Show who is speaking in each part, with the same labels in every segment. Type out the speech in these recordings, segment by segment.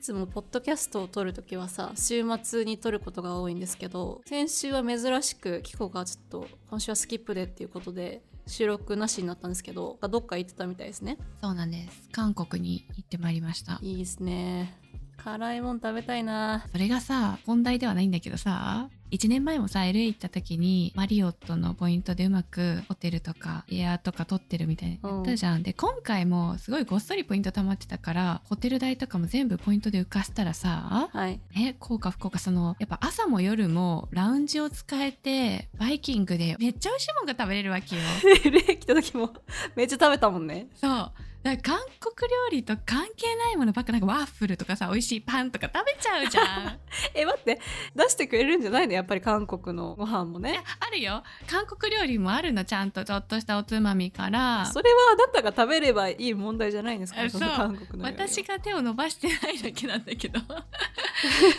Speaker 1: つもポッドキャストを撮るときはさ週末に撮ることが多いんですけど先週は珍しくキコがちょっと今週はスキップでっていうことで収録なしになったんですけどどっか行ってたみたいですね
Speaker 2: そうなんです韓国に行ってまいりました
Speaker 1: いいですね辛いもん食べたいな
Speaker 2: それがさ本題ではないんだけどさ1年前もさ LA 行った時にマリオットのポイントでうまくホテルとかエアとか取ってるみたいなやったじゃん、で今回もすごいごっそりポイント貯まってたからホテル代とかも全部ポイントで浮かしたらさ
Speaker 1: はい
Speaker 2: え効果不効果そのやっぱ朝も夜もラウンジを使えてバイキングでめっちゃ美味しいもんが食べれるわけよ
Speaker 1: LA 来た時もめっちゃ食べたもんね
Speaker 2: そうだから韓国料理と関係ないものばっかなんかワッフルとかさ美味しいパンとか食べちゃうじゃ ん
Speaker 1: え待って出してくれるんじゃないのやっぱり韓国のご飯もね
Speaker 2: あるよ韓国料理もあるのちゃんとちょっとしたおつまみから
Speaker 1: それはあなたが食べればいい問題じゃないんですか
Speaker 2: あ
Speaker 1: その
Speaker 2: そう
Speaker 1: 韓国の料理は
Speaker 2: 私が手を伸ばしてないだけなん だけど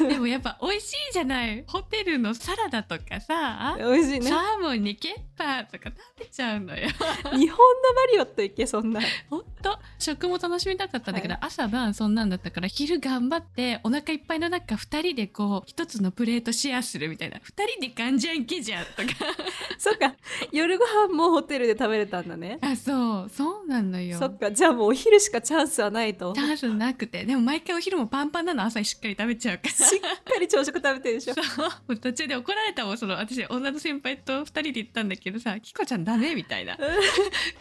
Speaker 2: でもやっぱ美味しいじゃないホテルのサラダとかさ
Speaker 1: 美味しいね
Speaker 2: サーモンにケッパーとか食べちゃうのよ
Speaker 1: 日本のマリオット行けそんな
Speaker 2: ほんと食も楽しみたかったんだけど、朝晩そんなんだったから昼頑張ってお腹いっぱいの中2人でこう一つのプレートシェアするみたいな2人でガンジャンケじゃんと か
Speaker 1: そっか夜ご飯もホテルで食べれたんだね
Speaker 2: あそうそうなのよ
Speaker 1: そっかじゃあもうお昼しかチャンスはないと
Speaker 2: チャンスなくてでも毎回お昼もパンパンなの朝しっかり食べちゃうから
Speaker 1: しっかり朝食食べてるでしょ
Speaker 2: そうもう途中で怒られたもんその私女の先輩と2人で行ったんだけどさ「キコちゃんダメ」みたいなこ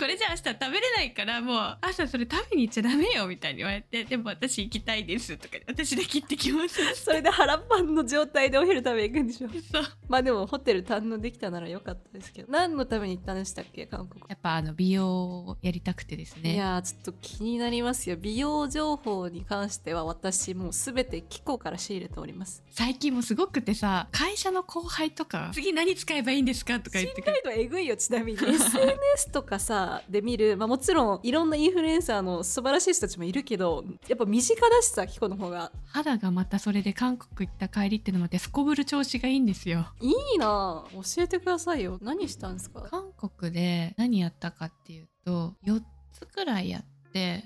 Speaker 2: れじゃあ明日食べれないからもう朝それ食べに行っちゃダメよみたいに言われて「でも私行きたいです」とか「私で切ってき ます」
Speaker 1: それで腹パンの状態でお昼食べに行くんでしょ
Speaker 2: そう
Speaker 1: まあでもホテル堪能できたならよかったですけど何のために行ったんでしたっけ韓国、
Speaker 2: やっぱあの美容をやりたくてですね
Speaker 1: いやーちょっと気になりますよ美容情報に関しては私もう全て機構から仕入れております
Speaker 2: 最近もすごくてさ会社の後輩とか次何使えばいいんですかとか言ってくる
Speaker 1: 態度えぐいよちなみ に SNS とかさで見る、まあ、もちろんいろんなインフルエンサーの素晴らしい人たちもいるけどやっぱ身近だしさキコの方が
Speaker 2: 肌がまたそれで韓国行った帰りってのもあってすこぶる調子がいいんですよ
Speaker 1: いいなあ教えてくださいよ何したんですか
Speaker 2: 韓国で何やったかっていうと4つくらいやって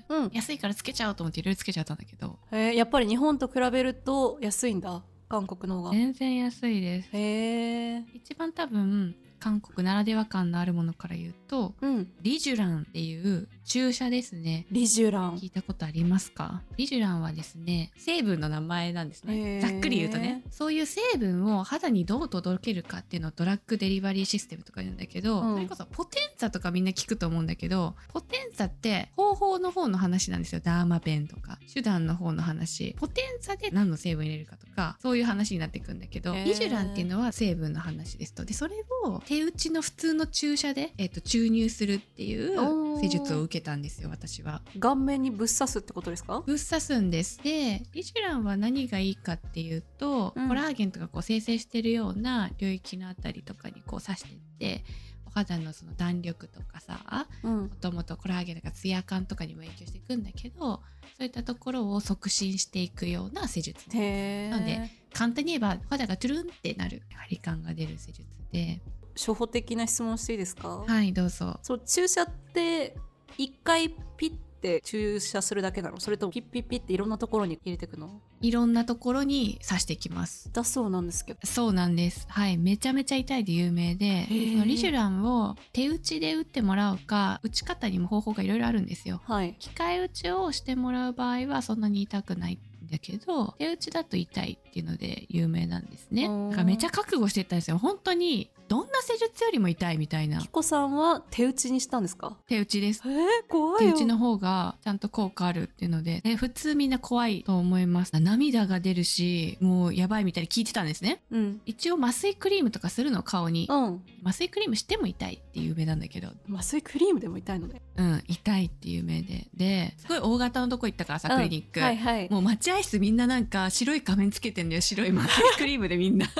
Speaker 1: うん、
Speaker 2: 安いからつけちゃおうと思っていろいろつけちゃったんだけど
Speaker 1: えーやっぱり日本と比べると安いんだ韓国の方が
Speaker 2: 全然安いです
Speaker 1: へえ
Speaker 2: 一番多分韓国ならでは感のあるものから言うと
Speaker 1: うん
Speaker 2: リジュランっていう注射ですね
Speaker 1: リジュラン
Speaker 2: 聞いたことありますかリジュランはですね成分の名前なんです
Speaker 1: へー
Speaker 2: ねざっくり言うとねそういう成分を肌にどう届けるかっていうのをドラッグデリバリーシステムとか言うんだけど、
Speaker 1: うん
Speaker 2: それこそポテンザとかみんな聞くと思うんだけどポテンザって方法の方の話なんですよダーマペンとか手段の方の話ポテンザで何の成分入れるかとかそういう話になっていくんだけど
Speaker 1: へー
Speaker 2: リジュランっていうのは成分の話ですとでそれを手打ちの普通の注射で、えっと注入するっていう施術を受けたんですよ私は。
Speaker 1: 顔面にぶっ刺すってことですか
Speaker 2: ぶっ刺すんですでリジュランは何がいいかっていうと、
Speaker 1: うん
Speaker 2: コラーゲンとかこう生成してるような領域のあたりとかにこう刺してってお肌のその弾力とかさ
Speaker 1: うん
Speaker 2: もともとコラーゲンとかツヤ感とかにも影響していくんだけどそういったところを促進していくような施術
Speaker 1: へえ
Speaker 2: なんで簡単に言えばお肌がトゥルンってなる張り感が出る施術で
Speaker 1: 初歩的な質問していいですか
Speaker 2: はいどうぞ
Speaker 1: そう注射って一回ピッて注射するだけなのそれともピッピッピッていろんなところに入れていくの
Speaker 2: いろんなところに刺していきます
Speaker 1: だそうなんですけど
Speaker 2: そうなんです。はい、めちゃめちゃ痛いで有名で、そ
Speaker 1: ー
Speaker 2: のリジュランを手打ちで打ってもらうか、打ち方にも方法がいろいろあるんですよ。
Speaker 1: はい
Speaker 2: 機械打ちをしてもらう場合はそんなに痛くないんだけど、手打ちだと痛いっていうので有名なんですね。
Speaker 1: おー
Speaker 2: だからめちゃ覚悟してたんですよ。本当にどんな施術よりも痛いみたいな
Speaker 1: キコさんは手打ちにしたんですか
Speaker 2: 手打ちです。
Speaker 1: えー、怖い
Speaker 2: 手
Speaker 1: よ
Speaker 2: 打ちの方がちゃんと効果あるっていうので、え普通みんな怖いと思います。涙が出るし、もうやばいみたいに聞いてたんですね。
Speaker 1: うん
Speaker 2: 一応麻酔クリームとかするの顔に
Speaker 1: うん
Speaker 2: 麻酔クリームしても痛いっていう名なんだけど
Speaker 1: 麻酔クリームでも痛いのね
Speaker 2: うん痛いっていう名でですごい大型のとこ行ったからさクリニック、
Speaker 1: うんはいはい
Speaker 2: もう待合室みんななんか白い仮面つけてんだよ白い麻酔クリームでみんな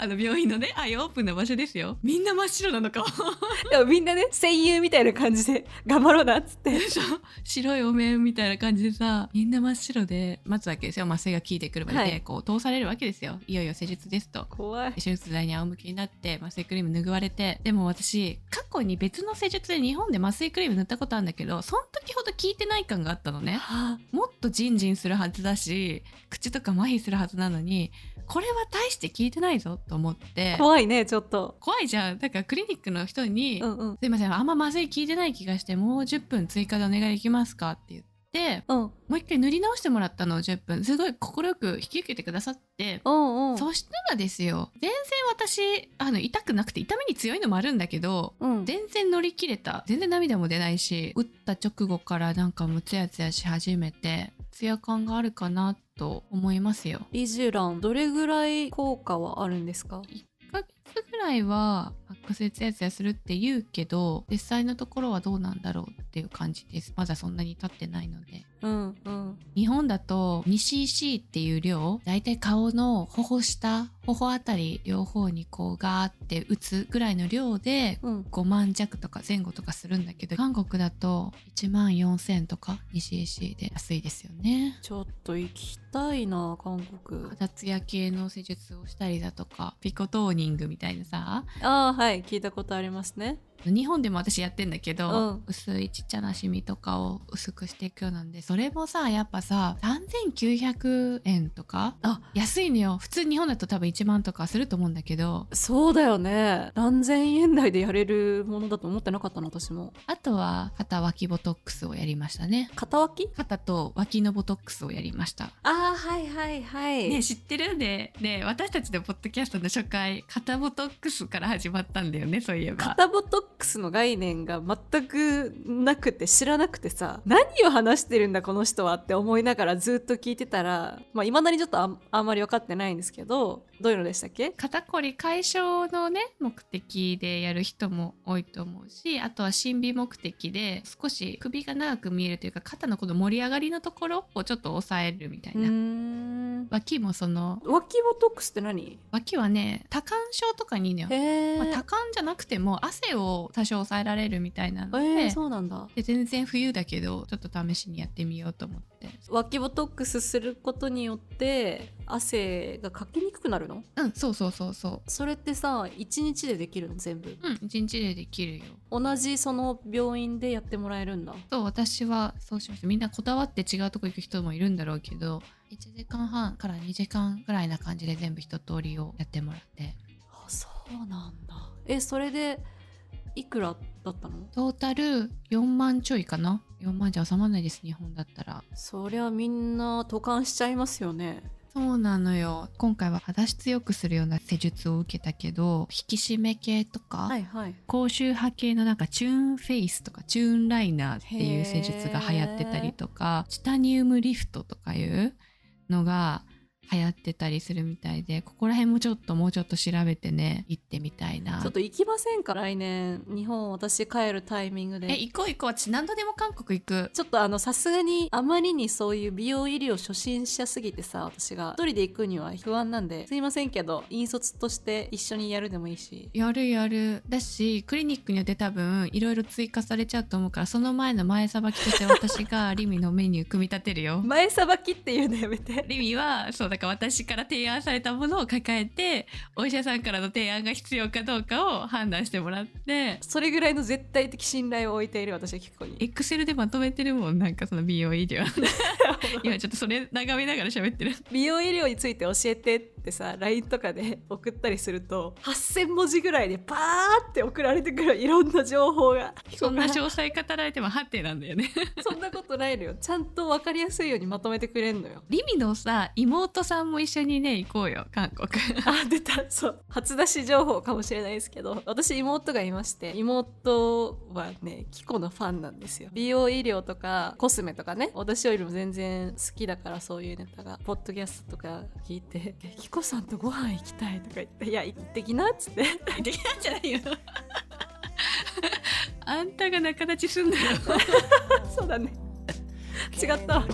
Speaker 2: あの病院のね、あいオープンな場所ですよ。みんな真っ白 なのか。
Speaker 1: でもみんなね戦友みたいな感じで 頑張ろうなっつって
Speaker 2: そう白いお面みたいな感じでさみんな真っ白で待つわけですよ麻酔が効いてくるまで、
Speaker 1: はい
Speaker 2: こう通されるわけですよいよいよ施術ですと
Speaker 1: 怖い
Speaker 2: 手術台に仰向けになって麻酔クリーム拭われてでも私過去に別の施術で日本で麻酔クリーム塗ったことあるんだけどその時ほど効いてない感があったのね
Speaker 1: は
Speaker 2: もっとジンジンするはずだし口とか麻痺するはずなのにこれは大して効いてないぞと思って
Speaker 1: あ怖いねちょっと
Speaker 2: 怖いじゃんだからクリニックの人に、
Speaker 1: うんうん
Speaker 2: すいませんあんま麻酔効いてない気がしてもう10分追加でお願いできますかって言って
Speaker 1: うん
Speaker 2: もう一回塗り直してもらったの10分すごい快く引き受けてくださって
Speaker 1: うんうん
Speaker 2: そしたらですよ全然私あの痛くなくて痛みに強いのもあるんだけど
Speaker 1: うん
Speaker 2: 全然乗り切れた全然涙も出ないし打った直後からなんかもうツヤツヤし始めてツヤ感があるかなと思いますよ
Speaker 1: リジュランどれぐらい効果はあるんですか
Speaker 2: 1ヶ月ぐらいはマックスでツヤツヤするって言うけど実際のところはどうなんだろうっていう感じですまだそんなに経ってないので
Speaker 1: うんうん
Speaker 2: 日本だと 2cc っていう量だいたい顔の頬下頬あたり両方にこうガーって打つぐらいの量で
Speaker 1: うん
Speaker 2: 5万弱とか前後とかするんだけど韓国だと1万4000とか 2cc で安いですよね
Speaker 1: ちょっと行きたいな韓国
Speaker 2: 肌ツヤ系の施術をしたりだとかピコトーニングみたいなさ
Speaker 1: ああはい聞いたことありますね
Speaker 2: 日本でも私やってんだけど、
Speaker 1: うん
Speaker 2: 薄いちっちゃなシミとかを薄くしていくようなんでそれもさやっぱさ3900円とか
Speaker 1: あ
Speaker 2: 安いのよ普通日本だと多分1万とかすると思うんだけど
Speaker 1: そうだよね何千円台でやれるものだと思ってなかったの私も
Speaker 2: あとは肩脇ボトックスをやりましたね
Speaker 1: 肩脇
Speaker 2: 肩と脇のボトックスをやりました
Speaker 1: ああはいはいはい
Speaker 2: ね知ってるねね私たちのポッドキャストの初回肩ボトックスから始まったんだよねそういえば
Speaker 1: 肩ボトックスの概念が全くなくて知らなくてさ何を話してるんだこの人はって思いながらずっと聞いてたらまあいまだにちょっとああんまり分かってないんですけどどういうのでしたっけ
Speaker 2: 肩こり解消のね目的でやる人も多いと思うしあとは心理目的で少し首が長く見えるというか肩のこの盛り上がりのところをちょっと抑えるみたいうな、
Speaker 1: ーん
Speaker 2: 脇もその
Speaker 1: 脇ボトックスって何
Speaker 2: 脇はね多汗症とかにいいのよ
Speaker 1: へ、え、
Speaker 2: まあ、多汗じゃなくても汗を多少抑えられるみたいなので,、
Speaker 1: えー、そうなんだ
Speaker 2: で全然冬だけどちょっと試しにやってみようと思って
Speaker 1: 脇ボトックスすることによって汗がかきにくくなるの
Speaker 2: うんそうそうそうそ
Speaker 1: それってさ1日でできるの全部
Speaker 2: ううん一日でできるよ
Speaker 1: 同じその病院でやってもらえるんだ
Speaker 2: そう私はそうしましたみんなこだわって違うとこ行く人もいるんだろうけど1時間半から2時間ぐらいな感じで全部一通りをやってもらって
Speaker 1: あそうなんだえそれでいくらだったの
Speaker 2: トータル4万ちょいかな4万じゃ収まらないです日本だったら
Speaker 1: そりゃみんな渡韓しちゃいますよね
Speaker 2: そうなのよ今回は肌質良くするような施術を受けたけど引き締め系とか、
Speaker 1: はいはい
Speaker 2: 高周波系のなんかチューンフェイスとかチューンライナーっていう施術が流行ってたりとかチタニウムリフトとかいうのが流行ってたりするみたいでここら辺もちょっともうちょっと調べてね行ってみたいな
Speaker 1: ちょっと行きませんか来年日本私帰るタイミング
Speaker 2: え
Speaker 1: で
Speaker 2: 行こう行こう私何度でも韓国行く
Speaker 1: ちょっとあのさすがにあまりにそういう美容医療初心者すぎてさ私が一人で行くには不安なんですいませんけど引率として一緒にやるでもいいし
Speaker 2: やるやるだしクリニックによって多分いろいろ追加されちゃうと思うからその前の前さばきとして私がリミのメニュー組み立てるよ
Speaker 1: 前さばきっていうのやめて
Speaker 2: リミはそうだから私から提案されたものを抱えてお医者さんからの提案が必要かどうかを判断してもらって
Speaker 1: それぐらいの絶対的信頼を置いている私はキクコに
Speaker 2: エクセルでまとめてるもんなんかその美容医療今ちょっとそれ眺めながら喋ってる
Speaker 1: 美容医療について教えてってさ LINE とかで 送ったりすると8,000文字ぐらいでバーって送られてくるいろんな情報が
Speaker 2: そんな詳細語られてもハテなんだよね
Speaker 1: そんなことないのよちゃんと分かりやすいようにまとめてくれんのよ
Speaker 2: リミのさ妹さんも一緒にね行こうよ韓国
Speaker 1: あ出たそう初出し情報かもしれないですけど私妹がいまして妹はねキコのファンなんですよ美容医療とかコスメとかね私よりも全然好きだからそういうネタがポッドキャストとか聞いて「えキコさんとご飯行きたい」とか言って「いや行ってきな」っつって
Speaker 2: できなんじゃな いよあんたが仲立ちすんだよ
Speaker 1: そうだね。違
Speaker 3: 違
Speaker 1: っ
Speaker 3: ったた
Speaker 1: わ
Speaker 3: わ。